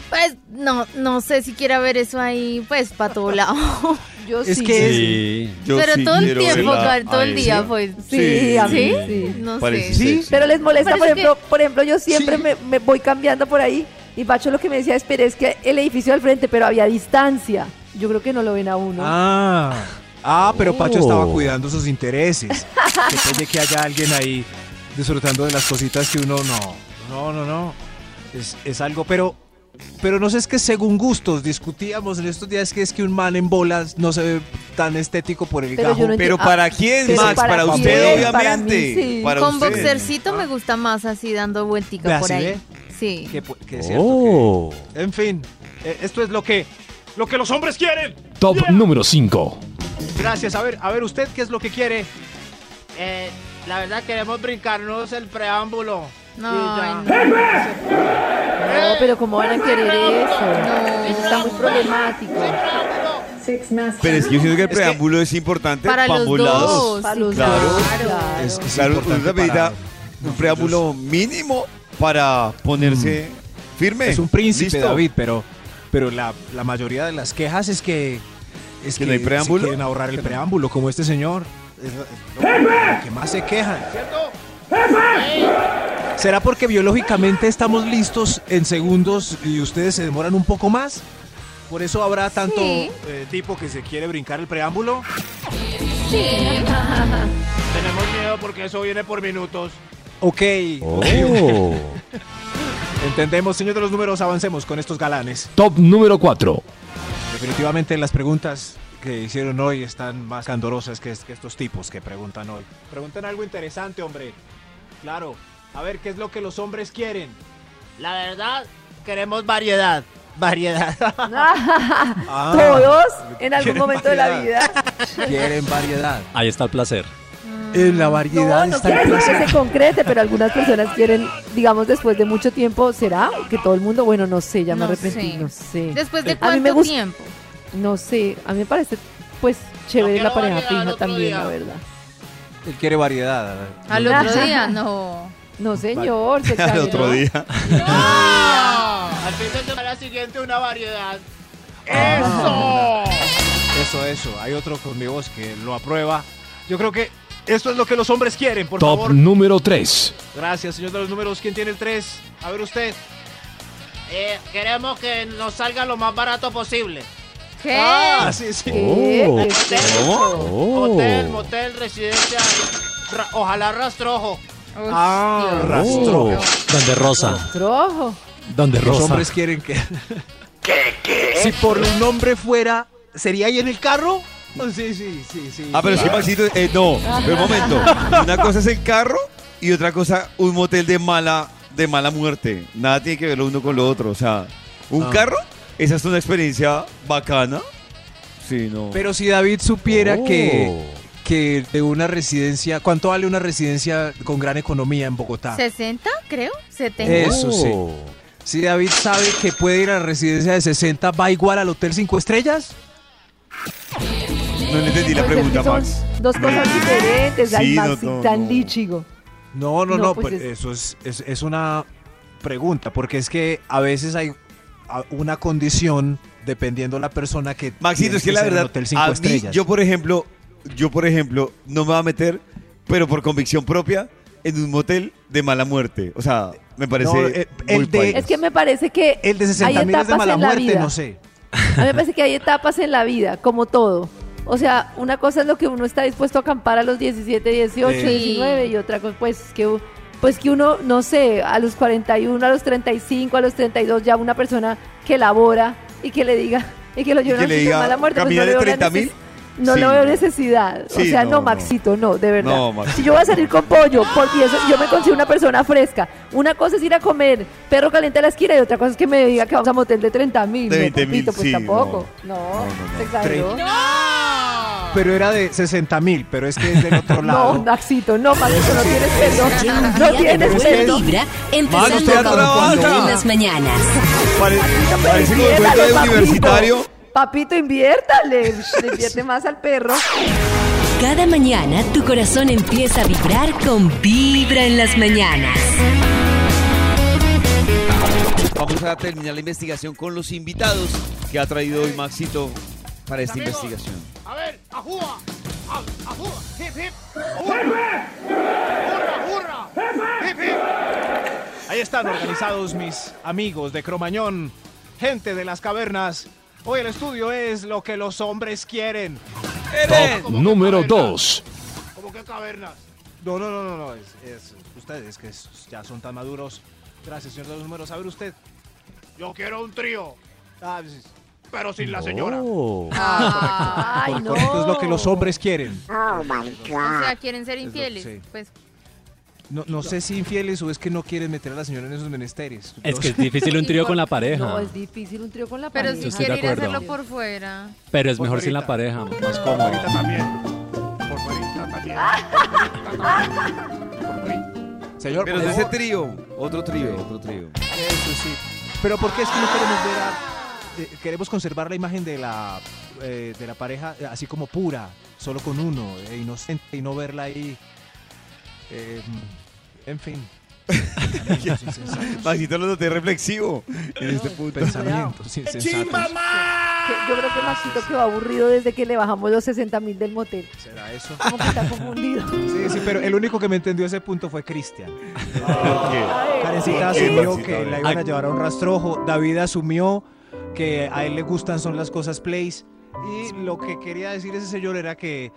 [SPEAKER 9] Pues no, no sé si quiera ver eso ahí, pues, para todo lado.
[SPEAKER 3] yo
[SPEAKER 4] Es
[SPEAKER 3] sí.
[SPEAKER 4] que-
[SPEAKER 5] Sí.
[SPEAKER 9] Pero todo el
[SPEAKER 2] quiero
[SPEAKER 9] tiempo,
[SPEAKER 2] verla
[SPEAKER 9] Karen, todo el
[SPEAKER 2] ahí.
[SPEAKER 9] día, pues.
[SPEAKER 3] Sí, a mí
[SPEAKER 9] ¿Sí?
[SPEAKER 3] sí.
[SPEAKER 9] No
[SPEAKER 2] Parece
[SPEAKER 9] sé.
[SPEAKER 2] sexy.
[SPEAKER 3] Pero les molesta, por
[SPEAKER 9] Parece
[SPEAKER 3] ejemplo, por ejemplo, yo siempre
[SPEAKER 4] Sí.
[SPEAKER 3] me, me voy cambiando por ahí y Pacho lo que me decía es, pero es que el edificio al frente, pero había distancia. Yo creo que no lo ven a uno.
[SPEAKER 4] Ah, ah, pero Pacho
[SPEAKER 5] Oh.
[SPEAKER 4] estaba cuidando sus intereses. Depende que haya alguien ahí disfrutando de las cositas que uno no. No, no, no. Es, es algo, pero, pero no sé, es que según gustos discutíamos en estos días que es que un man en bolas no se ve tan estético por el
[SPEAKER 3] Pero yo
[SPEAKER 4] gajo.
[SPEAKER 3] no
[SPEAKER 2] Pero
[SPEAKER 3] enti-
[SPEAKER 2] para
[SPEAKER 3] ah,
[SPEAKER 2] quién,
[SPEAKER 3] pero
[SPEAKER 2] Max, para,
[SPEAKER 3] quién,
[SPEAKER 2] usted
[SPEAKER 3] para mí,
[SPEAKER 2] obviamente.
[SPEAKER 3] sí.
[SPEAKER 2] Para
[SPEAKER 9] Con
[SPEAKER 2] usted.
[SPEAKER 9] boxercito me gusta más así dando
[SPEAKER 4] Ve
[SPEAKER 9] vueltica
[SPEAKER 4] así,
[SPEAKER 9] por ahí.
[SPEAKER 4] ve.
[SPEAKER 9] Sí.
[SPEAKER 4] que, pu- que es cierto
[SPEAKER 5] Oh.
[SPEAKER 4] que- en fin, eh, esto es lo que,
[SPEAKER 6] Lo que los hombres quieren.
[SPEAKER 7] Top número 5.
[SPEAKER 4] gracias, a ver, a ver usted qué es lo que quiere.
[SPEAKER 6] Eh, la verdad queremos brincarnos el preámbulo.
[SPEAKER 9] No, ay,
[SPEAKER 3] No, pero ¿cómo van a querer eso?
[SPEAKER 9] No.
[SPEAKER 3] Eso está muy problemático.
[SPEAKER 2] Pero es que yo siento que el
[SPEAKER 4] que-
[SPEAKER 2] preámbulo es importante
[SPEAKER 9] Para
[SPEAKER 2] pa'
[SPEAKER 9] los
[SPEAKER 2] ambos lados.
[SPEAKER 9] dos.
[SPEAKER 3] Para los
[SPEAKER 2] Claro.
[SPEAKER 3] dos,
[SPEAKER 4] Es, es
[SPEAKER 2] Claro, usted
[SPEAKER 4] importante
[SPEAKER 2] también
[SPEAKER 4] para-
[SPEAKER 2] necesita un preámbulo mínimo para ponerse firme.
[SPEAKER 4] mm. Es un príncipe,
[SPEAKER 2] ¿Listo?
[SPEAKER 4] David, pero, pero la, la mayoría de las quejas es que. Es
[SPEAKER 2] ¿Que no hay
[SPEAKER 4] se
[SPEAKER 2] preámbulo?
[SPEAKER 4] quieren ahorrar el preámbulo, como este señor. Es lo, es lo- lo que más se quejan. ¿Será porque biológicamente estamos listos en segundos y ustedes se demoran un poco más? ¿Por eso habrá tanto
[SPEAKER 9] Sí.
[SPEAKER 4] eh, tipo que se quiere brincar el preámbulo?
[SPEAKER 9] Sí.
[SPEAKER 6] Tenemos miedo porque eso viene por minutos.
[SPEAKER 4] Ok.
[SPEAKER 5] Oh.
[SPEAKER 4] Entendemos, señor de los números, avancemos con estos galanes.
[SPEAKER 7] Top número 4.
[SPEAKER 4] Definitivamente las preguntas que hicieron hoy están más candorosas que, es- que estos tipos que preguntan hoy. Preguntan algo interesante, hombre. Claro. A ver, ¿qué es lo que los hombres quieren?
[SPEAKER 6] La verdad, queremos variedad. Variedad.
[SPEAKER 4] Ah,
[SPEAKER 3] Todos en algún
[SPEAKER 4] quieren
[SPEAKER 3] momento de la vida.
[SPEAKER 4] variedad. Quieren variedad.
[SPEAKER 5] Ahí está el placer.
[SPEAKER 4] En la
[SPEAKER 3] No,
[SPEAKER 4] variedad
[SPEAKER 3] no
[SPEAKER 4] está el
[SPEAKER 3] quiere decir
[SPEAKER 4] placer.
[SPEAKER 3] que se concrete, pero algunas personas quieren, digamos, después de mucho tiempo, ¿será? Que todo el mundo, bueno, no sé, ya me
[SPEAKER 9] No
[SPEAKER 3] arrepentí,
[SPEAKER 9] sé.
[SPEAKER 3] no sé.
[SPEAKER 9] ¿Después de
[SPEAKER 3] A mí me
[SPEAKER 9] cuánto
[SPEAKER 3] gusta-
[SPEAKER 9] tiempo?
[SPEAKER 3] No sé, a mí me parece, pues, chévere
[SPEAKER 6] No
[SPEAKER 3] la
[SPEAKER 6] quiero
[SPEAKER 3] pareja
[SPEAKER 6] variedad
[SPEAKER 3] fija
[SPEAKER 6] otro
[SPEAKER 3] también,
[SPEAKER 6] día.
[SPEAKER 3] la verdad.
[SPEAKER 4] Él quiere variedad.
[SPEAKER 9] Al otro día, no.
[SPEAKER 3] No, señor,
[SPEAKER 2] Al
[SPEAKER 3] se exageró.
[SPEAKER 2] otro día.
[SPEAKER 6] Al fin de semana siguiente, una variedad. ¡Eso!
[SPEAKER 4] Eso, eso. Hay otro con mi voz que lo aprueba. Yo creo que esto es lo que los hombres quieren, por
[SPEAKER 7] Top
[SPEAKER 4] favor.
[SPEAKER 7] número 3.
[SPEAKER 4] Gracias, señor de los números. ¿Quién tiene el 3? A ver usted.
[SPEAKER 6] Eh, queremos que nos salga lo más barato posible.
[SPEAKER 9] ¿Qué?
[SPEAKER 4] Ah, sí, sí.
[SPEAKER 3] ¿Qué?
[SPEAKER 5] Oh.
[SPEAKER 3] ¿Qué es eso?
[SPEAKER 5] Oh.
[SPEAKER 6] motel, residencia. ojalá rastrojo.
[SPEAKER 9] Uy,
[SPEAKER 4] Ah,
[SPEAKER 9] Dios.
[SPEAKER 4] rastro.
[SPEAKER 5] Oh. Donde rosa.
[SPEAKER 3] Trojo.
[SPEAKER 5] Donde
[SPEAKER 4] Los
[SPEAKER 5] rosa.
[SPEAKER 4] hombres quieren que. Si por un hombre fuera, ¿sería ahí en el carro? Oh, Sí, sí, sí, sí.
[SPEAKER 2] Ah, pero es que Maxito, eh, no, pero un momento. Una cosa es el carro y otra cosa un motel de mala, de mala muerte. Nada tiene que ver lo uno con lo otro. O sea, un
[SPEAKER 4] Ah.
[SPEAKER 2] carro, esa es una experiencia bacana. Sí, no.
[SPEAKER 4] Pero si David supiera
[SPEAKER 5] Oh.
[SPEAKER 4] que, que de una residencia. ¿Cuánto vale una residencia con gran economía en Bogotá?
[SPEAKER 9] ¿60, creo? ¿70?
[SPEAKER 4] Eso sí.
[SPEAKER 5] Oh.
[SPEAKER 4] Si David sabe que puede ir a la residencia de 60, ¿va igual al Hotel 5 Estrellas?
[SPEAKER 2] no le entendí la
[SPEAKER 3] Pues es que
[SPEAKER 2] pregunta,
[SPEAKER 3] son
[SPEAKER 2] Max.
[SPEAKER 3] Dos cosas diferentes,
[SPEAKER 2] Sí,
[SPEAKER 3] al
[SPEAKER 2] no,
[SPEAKER 3] Maxi,
[SPEAKER 2] no,
[SPEAKER 3] tan
[SPEAKER 2] no.
[SPEAKER 3] lichigo.
[SPEAKER 4] No, no,
[SPEAKER 3] No,
[SPEAKER 4] no,
[SPEAKER 3] pues
[SPEAKER 4] pues
[SPEAKER 3] es-
[SPEAKER 4] eso es, es, es una pregunta, porque es que a veces hay a- una condición dependiendo la persona que tiene
[SPEAKER 2] Maxito, es que la
[SPEAKER 4] ser en
[SPEAKER 2] verdad,
[SPEAKER 4] hotel cinco
[SPEAKER 2] a mí,
[SPEAKER 4] estrellas.
[SPEAKER 2] yo por ejemplo, yo por ejemplo, no me va a meter, pero por convicción propia, en un motel de mala muerte. O sea, me parece
[SPEAKER 4] No, eh, el
[SPEAKER 2] muy
[SPEAKER 4] de-
[SPEAKER 2] pailas.
[SPEAKER 3] Es que me parece que
[SPEAKER 4] el de 60
[SPEAKER 3] hay
[SPEAKER 4] mil es de
[SPEAKER 3] etapas
[SPEAKER 4] mala
[SPEAKER 3] en la
[SPEAKER 4] muerte,
[SPEAKER 3] vida.
[SPEAKER 4] no sé.
[SPEAKER 3] A mí me parece que hay etapas en la vida, como todo. O sea, una cosa es lo que uno está dispuesto a acampar a los 17, 18,
[SPEAKER 4] Sí.
[SPEAKER 3] 19 y otra cosa pues que u- pues que uno, no sé, a los 41, a los 35, a los 32 ya una persona que labora y que le diga y que lo
[SPEAKER 2] que
[SPEAKER 3] lleve
[SPEAKER 2] le
[SPEAKER 3] a
[SPEAKER 2] diga,
[SPEAKER 3] mala muerte, pues no
[SPEAKER 2] "Camina
[SPEAKER 3] le
[SPEAKER 2] de
[SPEAKER 3] veo la
[SPEAKER 2] 30.000".
[SPEAKER 3] neces- No
[SPEAKER 2] Sí,
[SPEAKER 3] le veo
[SPEAKER 2] no.
[SPEAKER 3] necesidad. o
[SPEAKER 2] Sí,
[SPEAKER 3] sea,
[SPEAKER 2] no,
[SPEAKER 3] no,
[SPEAKER 2] no.
[SPEAKER 3] Maxito, no, de verdad.
[SPEAKER 2] No, Maxito.
[SPEAKER 3] Si yo voy a salir con pollo, porque eso, yo me consigo una persona fresca. Una cosa es ir a comer perro caliente a la esquina y otra cosa es que me diga que vamos a motel de 30 mil.
[SPEAKER 2] De 20.000,
[SPEAKER 3] pues
[SPEAKER 2] sí,
[SPEAKER 3] tampoco. No, se exageró. No,
[SPEAKER 4] Pero era de 60 mil, pero es que es del otro lado.
[SPEAKER 3] Maxito, no, Maxito, no tienes
[SPEAKER 1] Lleva un
[SPEAKER 3] perdón. No
[SPEAKER 1] día de
[SPEAKER 3] tienes
[SPEAKER 1] buena
[SPEAKER 3] perdón.
[SPEAKER 1] vibra,
[SPEAKER 2] Mano,
[SPEAKER 1] empezando
[SPEAKER 2] usted
[SPEAKER 1] con
[SPEAKER 2] trabaja.
[SPEAKER 1] Vibra en las mañanas.
[SPEAKER 2] Pare- parece como
[SPEAKER 3] Inviértalo,
[SPEAKER 2] cuenta de
[SPEAKER 3] papito.
[SPEAKER 2] universitario.
[SPEAKER 3] Papito, inviértale. Ush, Le invierte más al perro.
[SPEAKER 1] Cada mañana tu corazón empieza a vibrar con Vibra en las mañanas.
[SPEAKER 2] Vamos a terminar la investigación con los invitados que ha traído hoy Maxito para esta investigación.
[SPEAKER 6] A ver, ajúa, a- ajúa, hip hip, hurra, hurra, hurra, hip hip.
[SPEAKER 4] Ahí están organizados mis amigos de Cromañón, gente de las cavernas. Hoy el estudio es lo que los hombres quieren.
[SPEAKER 7] Top número 2.
[SPEAKER 6] Como que cavernas.
[SPEAKER 4] No, no, no, no, no, es, es ustedes que es- ya son tan maduros. Gracias, señor de los números. A ver usted.
[SPEAKER 6] Yo quiero un trío,
[SPEAKER 4] Ah, sí, sí.
[SPEAKER 6] pero sin la señora.
[SPEAKER 5] Oh.
[SPEAKER 9] Ah,
[SPEAKER 3] Ay,
[SPEAKER 4] Por
[SPEAKER 3] no.
[SPEAKER 4] correcto, es lo que los hombres quieren.
[SPEAKER 9] O sea, quieren ser
[SPEAKER 4] Es lo-
[SPEAKER 9] infieles.
[SPEAKER 4] sí.
[SPEAKER 9] Pues
[SPEAKER 4] No, no sé si infieles o es que no quieren meter a la señora en esos menesteres.
[SPEAKER 5] Es
[SPEAKER 4] No sé.
[SPEAKER 5] que es difícil un trío con la
[SPEAKER 3] No,
[SPEAKER 5] pareja.
[SPEAKER 3] es difícil un trío con la
[SPEAKER 9] Pero
[SPEAKER 3] pareja.
[SPEAKER 9] si
[SPEAKER 5] Estoy de
[SPEAKER 9] quiere ir a
[SPEAKER 5] acuerdo.
[SPEAKER 9] hacerlo por fuera.
[SPEAKER 5] Pero es mejor sin la pareja. Más cómodo.
[SPEAKER 6] Ahorita también. Por fuerita también.
[SPEAKER 2] Ah,
[SPEAKER 6] Por fuerita también. Por fuerita.
[SPEAKER 4] Señor,
[SPEAKER 2] Pero
[SPEAKER 4] por
[SPEAKER 2] de ese
[SPEAKER 4] favor.
[SPEAKER 2] trío, otro trío, otro trío.
[SPEAKER 4] Eso sí. Pero ¿por qué es que no queremos ver a- eh, queremos conservar la imagen de la, eh, de la pareja eh, así como pura, solo con uno, eh, inocente, y no verla ahí. eh, en fin. Pensamientos insensatos.
[SPEAKER 2] Maxito lo noté reflexivo en este punto.
[SPEAKER 4] Pensamientos insensatos.
[SPEAKER 3] Que Yo creo que Maxito quedó aburrido desde que le bajamos los 60 mil del motel.
[SPEAKER 4] ¿Será eso?
[SPEAKER 3] Como que está confundido.
[SPEAKER 4] Sí, sí, pero el único que me entendió ese punto fue Cristian. Karencita
[SPEAKER 2] Sí,
[SPEAKER 4] asumió
[SPEAKER 2] Maxito, a
[SPEAKER 4] que
[SPEAKER 2] ver.
[SPEAKER 4] la iban a llevar a un rastrojo. David asumió que a él le gustan son las cosas plays. Y lo que quería decir ese señor era que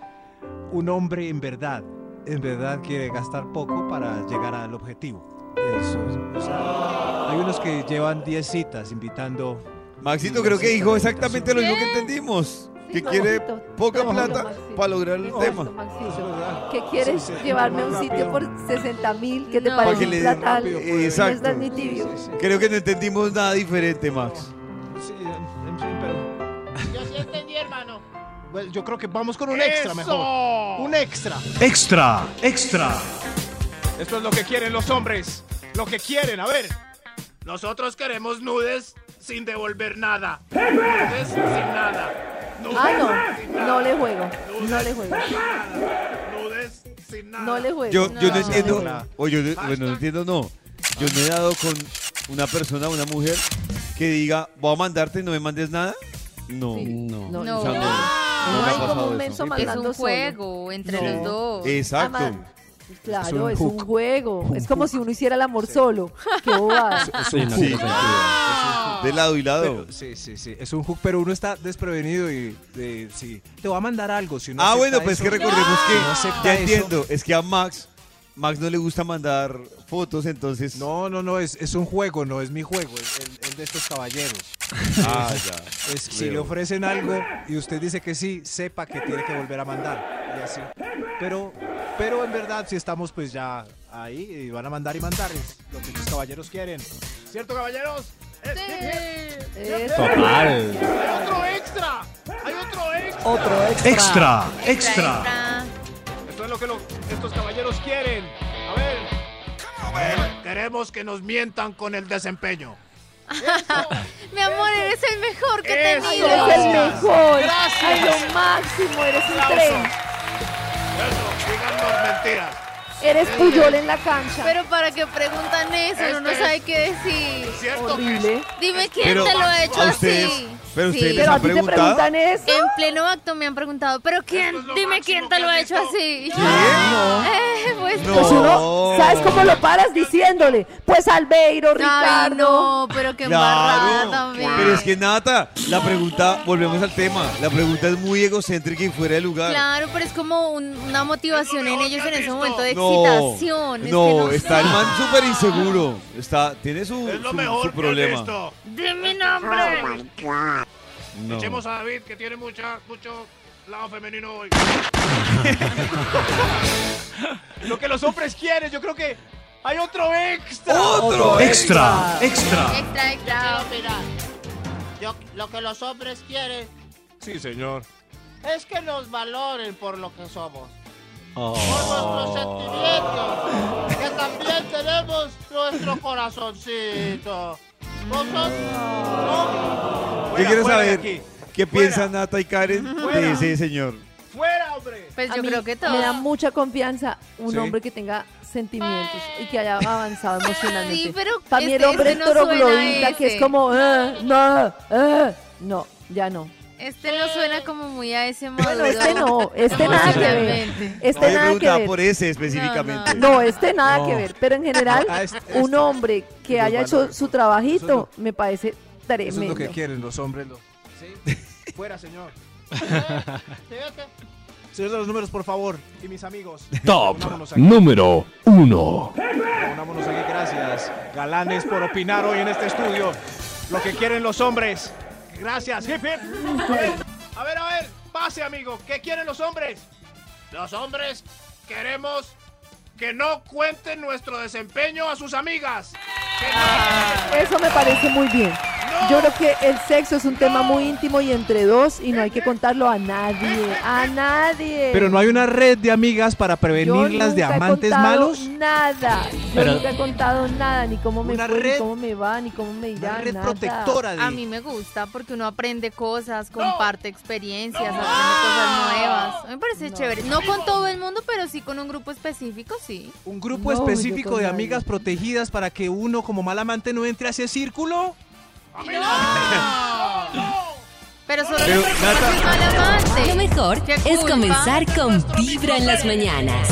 [SPEAKER 4] un hombre en verdad, en verdad quiere gastar poco para llegar al objetivo. Eso es, o sea, hay unos que llevan 10 citas invitando.
[SPEAKER 2] Maxito creo que dijo exactamente lo mismo que
[SPEAKER 9] ¿Qué?
[SPEAKER 2] entendimos. Que
[SPEAKER 3] no,
[SPEAKER 2] quiere
[SPEAKER 3] Maxito,
[SPEAKER 2] poca
[SPEAKER 3] no,
[SPEAKER 2] plata
[SPEAKER 3] Maxito.
[SPEAKER 2] para lograr el
[SPEAKER 3] Exacto,
[SPEAKER 2] tema.
[SPEAKER 3] Maxito. Que quieres llevarme a un sitio por 60 mil, que te
[SPEAKER 9] No.
[SPEAKER 2] Para
[SPEAKER 3] parece
[SPEAKER 2] que
[SPEAKER 3] un
[SPEAKER 2] le den
[SPEAKER 3] platal.
[SPEAKER 2] rápido,
[SPEAKER 3] No
[SPEAKER 2] exacto.
[SPEAKER 3] estás ni tibio.
[SPEAKER 2] Creo que no entendimos nada diferente, Max.
[SPEAKER 4] Sí, en fin, pero.
[SPEAKER 10] Yo sí entendí, hermano.
[SPEAKER 4] Bueno, yo creo que vamos con un
[SPEAKER 6] ¡Eso!
[SPEAKER 4] Un extra.
[SPEAKER 7] Extra, extra.
[SPEAKER 6] Esto es lo que quieren los hombres. Lo que quieren, a ver. Nosotros queremos nudes sin devolver nada. Nudes sin nada. Nudes
[SPEAKER 3] Ah,
[SPEAKER 6] sin
[SPEAKER 3] no.
[SPEAKER 6] nada.
[SPEAKER 3] No le juego. No le juego.
[SPEAKER 6] Nudes sin nada.
[SPEAKER 3] Pues No le juego.
[SPEAKER 2] Yo, yo no
[SPEAKER 9] No.
[SPEAKER 2] entiendo.
[SPEAKER 4] Hola.
[SPEAKER 2] O yo no- bueno, no entiendo, no. Yo no he dado con una persona, una mujer, que diga, voy a mandarte y no me mandes nada. No.
[SPEAKER 5] No.
[SPEAKER 3] No,
[SPEAKER 9] No.
[SPEAKER 3] no.
[SPEAKER 2] O sea, no.
[SPEAKER 9] No.
[SPEAKER 2] No me ha
[SPEAKER 3] hay como
[SPEAKER 2] pasado
[SPEAKER 3] un
[SPEAKER 2] eso.
[SPEAKER 3] menso
[SPEAKER 9] Es
[SPEAKER 3] mandando solo.
[SPEAKER 9] un juego entre
[SPEAKER 3] No.
[SPEAKER 9] los dos.
[SPEAKER 2] Exacto.
[SPEAKER 3] Ama- Claro,
[SPEAKER 4] un
[SPEAKER 3] es un
[SPEAKER 4] hook.
[SPEAKER 3] juego. Es como si uno hiciera el amor solo. Qué bobada.
[SPEAKER 5] Sí, no
[SPEAKER 2] Sí.
[SPEAKER 5] tiene sentido.
[SPEAKER 2] De lado y lado.
[SPEAKER 4] Pero- sí, sí, sí. Es un hook, pero uno está desprevenido y eh, sí. Te va a mandar algo. Si no
[SPEAKER 2] ah,
[SPEAKER 4] acepta
[SPEAKER 2] bueno, pues es
[SPEAKER 4] eso-
[SPEAKER 2] que recordemos
[SPEAKER 4] si no
[SPEAKER 2] que.
[SPEAKER 4] acepta
[SPEAKER 2] Ya
[SPEAKER 4] eso-
[SPEAKER 2] entiendo. Es que a Max, Max no le gusta mandar fotos, entonces.
[SPEAKER 4] No, no, no, es, es un juego, no es mi juego, es el, el de estos caballeros.
[SPEAKER 2] Ah, ya.
[SPEAKER 4] Es, si le
[SPEAKER 2] Leo.
[SPEAKER 4] ofrecen algo y usted dice que sí, sepa que tiene que volver a mandar. Y así. Pero, pero en verdad, si estamos pues ya ahí y van a mandar y mandar, es lo que los caballeros quieren.
[SPEAKER 6] ¿Cierto, caballeros? Es-
[SPEAKER 3] Eso.
[SPEAKER 5] Total.
[SPEAKER 6] ¡Hay otro extra! ¡Hay otro extra!
[SPEAKER 10] Otro
[SPEAKER 7] Extra,
[SPEAKER 9] Extra,
[SPEAKER 7] extra.
[SPEAKER 9] extra.
[SPEAKER 6] Esto es lo que lo- estos caballeros quieren. A ver. Queremos que nos mientan con el desempeño.
[SPEAKER 9] Mi amor, eres el mejor que he
[SPEAKER 6] Eso.
[SPEAKER 3] Ay,
[SPEAKER 9] tenido.
[SPEAKER 3] eres el
[SPEAKER 6] Gracias.
[SPEAKER 3] mejor.
[SPEAKER 6] Gracias.
[SPEAKER 3] Ay, lo máximo. Eres un
[SPEAKER 6] Aplauso.
[SPEAKER 3] tren.
[SPEAKER 6] Eso, díganos mentiras.
[SPEAKER 3] Eres Puyol en la cancha.
[SPEAKER 9] Pero para que preguntan eso, uno no
[SPEAKER 6] Este
[SPEAKER 9] sabe qué decir.
[SPEAKER 6] ¿Cierto?
[SPEAKER 3] Horrible.
[SPEAKER 9] Dime quién
[SPEAKER 2] Pero
[SPEAKER 9] te lo ha hecho
[SPEAKER 2] a ustedes-
[SPEAKER 9] así.
[SPEAKER 2] pero ustedes
[SPEAKER 9] Sí.
[SPEAKER 2] les
[SPEAKER 3] Pero
[SPEAKER 2] han
[SPEAKER 3] a ti te
[SPEAKER 2] preguntado?
[SPEAKER 3] preguntan eso.
[SPEAKER 9] En pleno acto me han preguntado, pero quién,
[SPEAKER 6] Esto es lo
[SPEAKER 9] dime
[SPEAKER 6] máximo
[SPEAKER 9] quién
[SPEAKER 6] que
[SPEAKER 9] te lo
[SPEAKER 6] has
[SPEAKER 9] ha hecho
[SPEAKER 6] visto.
[SPEAKER 9] así.
[SPEAKER 2] ¿Qué? No.
[SPEAKER 9] Eh, pues
[SPEAKER 2] No.
[SPEAKER 3] Pues uno, ¿sabes cómo lo paras diciéndole? Pues Albeiro,
[SPEAKER 9] Ay,
[SPEAKER 3] Ricardo.
[SPEAKER 9] no, pero qué embarrada
[SPEAKER 2] Claro,
[SPEAKER 9] también.
[SPEAKER 2] pero es que Nata, la pregunta, volvemos al tema, la pregunta es muy egocéntrica y fuera de lugar.
[SPEAKER 9] Claro, pero es como un- una motivación en
[SPEAKER 6] mejor que
[SPEAKER 9] ellos
[SPEAKER 6] has
[SPEAKER 9] en ese
[SPEAKER 6] visto.
[SPEAKER 9] momento de
[SPEAKER 2] No,
[SPEAKER 9] excitación. es
[SPEAKER 2] no,
[SPEAKER 9] que no
[SPEAKER 2] está el
[SPEAKER 9] sé.
[SPEAKER 2] man súper inseguro, está, tiene su,
[SPEAKER 6] Es lo
[SPEAKER 2] su- su
[SPEAKER 6] mejor que he
[SPEAKER 2] problema.
[SPEAKER 6] visto.
[SPEAKER 9] Di mi nombre.
[SPEAKER 2] No.
[SPEAKER 6] Echemos a David, que tiene mucha, mucho lado femenino hoy. Lo que los hombres quieren, yo creo que hay otro extra.
[SPEAKER 2] Otro
[SPEAKER 7] Extra, extra.
[SPEAKER 9] Extra, extra.
[SPEAKER 10] Quiero mirar. Yo, lo que los hombres quieren
[SPEAKER 6] Sí, señor.
[SPEAKER 10] es que nos valoren por lo que somos.
[SPEAKER 6] Oh.
[SPEAKER 10] Por nuestros sentimientos. Que también tenemos nuestro corazoncito. Vosotros, no,
[SPEAKER 2] Yo
[SPEAKER 6] Fuera,
[SPEAKER 2] quiero
[SPEAKER 6] fuera de
[SPEAKER 2] saber
[SPEAKER 6] aquí.
[SPEAKER 2] qué
[SPEAKER 6] Fuera.
[SPEAKER 2] piensan Nata y Karen de
[SPEAKER 6] Fuera.
[SPEAKER 2] ese señor.
[SPEAKER 6] ¡Fuera, hombre!
[SPEAKER 9] Pues
[SPEAKER 3] A
[SPEAKER 9] yo
[SPEAKER 3] mí
[SPEAKER 9] creo que
[SPEAKER 3] Me da
[SPEAKER 9] todo.
[SPEAKER 3] mucha confianza un
[SPEAKER 4] Sí.
[SPEAKER 3] hombre que tenga sentimientos y que haya avanzado emocionalmente.
[SPEAKER 9] Sí, pero
[SPEAKER 3] Para mí el
[SPEAKER 9] este-
[SPEAKER 3] hombre
[SPEAKER 9] este no suena
[SPEAKER 3] troglodita que es
[SPEAKER 9] ese.
[SPEAKER 3] como, "Ah, no, ah", no, ya no.
[SPEAKER 9] Este no suena como muy a ese modo.
[SPEAKER 3] Bueno, este no, este nada que ver.
[SPEAKER 9] Emocionalmente.
[SPEAKER 3] Este
[SPEAKER 2] me
[SPEAKER 3] nada que
[SPEAKER 2] preguntaba
[SPEAKER 3] ver.
[SPEAKER 2] por ese específicamente.
[SPEAKER 3] No, este nada que
[SPEAKER 4] No.
[SPEAKER 3] ver, pero en general,
[SPEAKER 4] Ah, este- este.
[SPEAKER 3] un hombre que
[SPEAKER 4] Los
[SPEAKER 3] haya hecho
[SPEAKER 4] valores.
[SPEAKER 3] su
[SPEAKER 4] Eso
[SPEAKER 3] trabajito me parece
[SPEAKER 4] Eso es
[SPEAKER 3] tremendo.
[SPEAKER 4] lo que quieren los hombres. lo-
[SPEAKER 6] ¡Fuera, señor!
[SPEAKER 10] fíjate.
[SPEAKER 4] Señor de los números, por favor, y mis amigos.
[SPEAKER 7] Top
[SPEAKER 4] unámonos aquí,
[SPEAKER 7] número uno.
[SPEAKER 4] unámonos aquí, gracias.
[SPEAKER 6] Galanes por opinar hoy en este estudio. Lo que quieren los hombres. Gracias. Hip, hip. A ver, a ver, a ver. Pase, amigo. ¿Qué quieren los hombres? Los hombres queremos que no cuenten nuestro desempeño a sus amigas. Que no-
[SPEAKER 3] Eso me parece muy bien.
[SPEAKER 6] No.
[SPEAKER 3] Yo creo que el sexo es un tema muy íntimo y entre dos y no hay que contarlo a nadie, a nadie.
[SPEAKER 4] Pero no hay una red de amigas para
[SPEAKER 3] Yo
[SPEAKER 4] prevenirlas de
[SPEAKER 3] nunca he
[SPEAKER 4] amantes
[SPEAKER 3] contado
[SPEAKER 4] malos.
[SPEAKER 3] Nada. Yo
[SPEAKER 5] Pero-
[SPEAKER 3] nunca he contado nada, ni cómo me
[SPEAKER 4] Una
[SPEAKER 3] fue, ni
[SPEAKER 4] red-
[SPEAKER 3] cómo me va, ni cómo me irá.
[SPEAKER 4] Una red
[SPEAKER 3] nada.
[SPEAKER 4] protectora de
[SPEAKER 9] A mí me gusta porque uno aprende cosas, comparte experiencias, aprende cosas nuevas. A mí me parece
[SPEAKER 3] No.
[SPEAKER 9] chévere. No con todo el mundo, pero sí con un grupo específico, sí.
[SPEAKER 4] un grupo
[SPEAKER 3] No, yo
[SPEAKER 4] específico
[SPEAKER 3] con
[SPEAKER 4] de
[SPEAKER 3] nadie.
[SPEAKER 4] amigas protegidas para que uno como mal amante no entre a ese círculo.
[SPEAKER 9] Pero solo
[SPEAKER 2] Pero,
[SPEAKER 9] le preocupa
[SPEAKER 2] Nata-
[SPEAKER 9] si es mal amante.
[SPEAKER 1] Lo mejor
[SPEAKER 9] Qué
[SPEAKER 1] es
[SPEAKER 9] culpa.
[SPEAKER 1] comenzar con Vibra en las mañanas.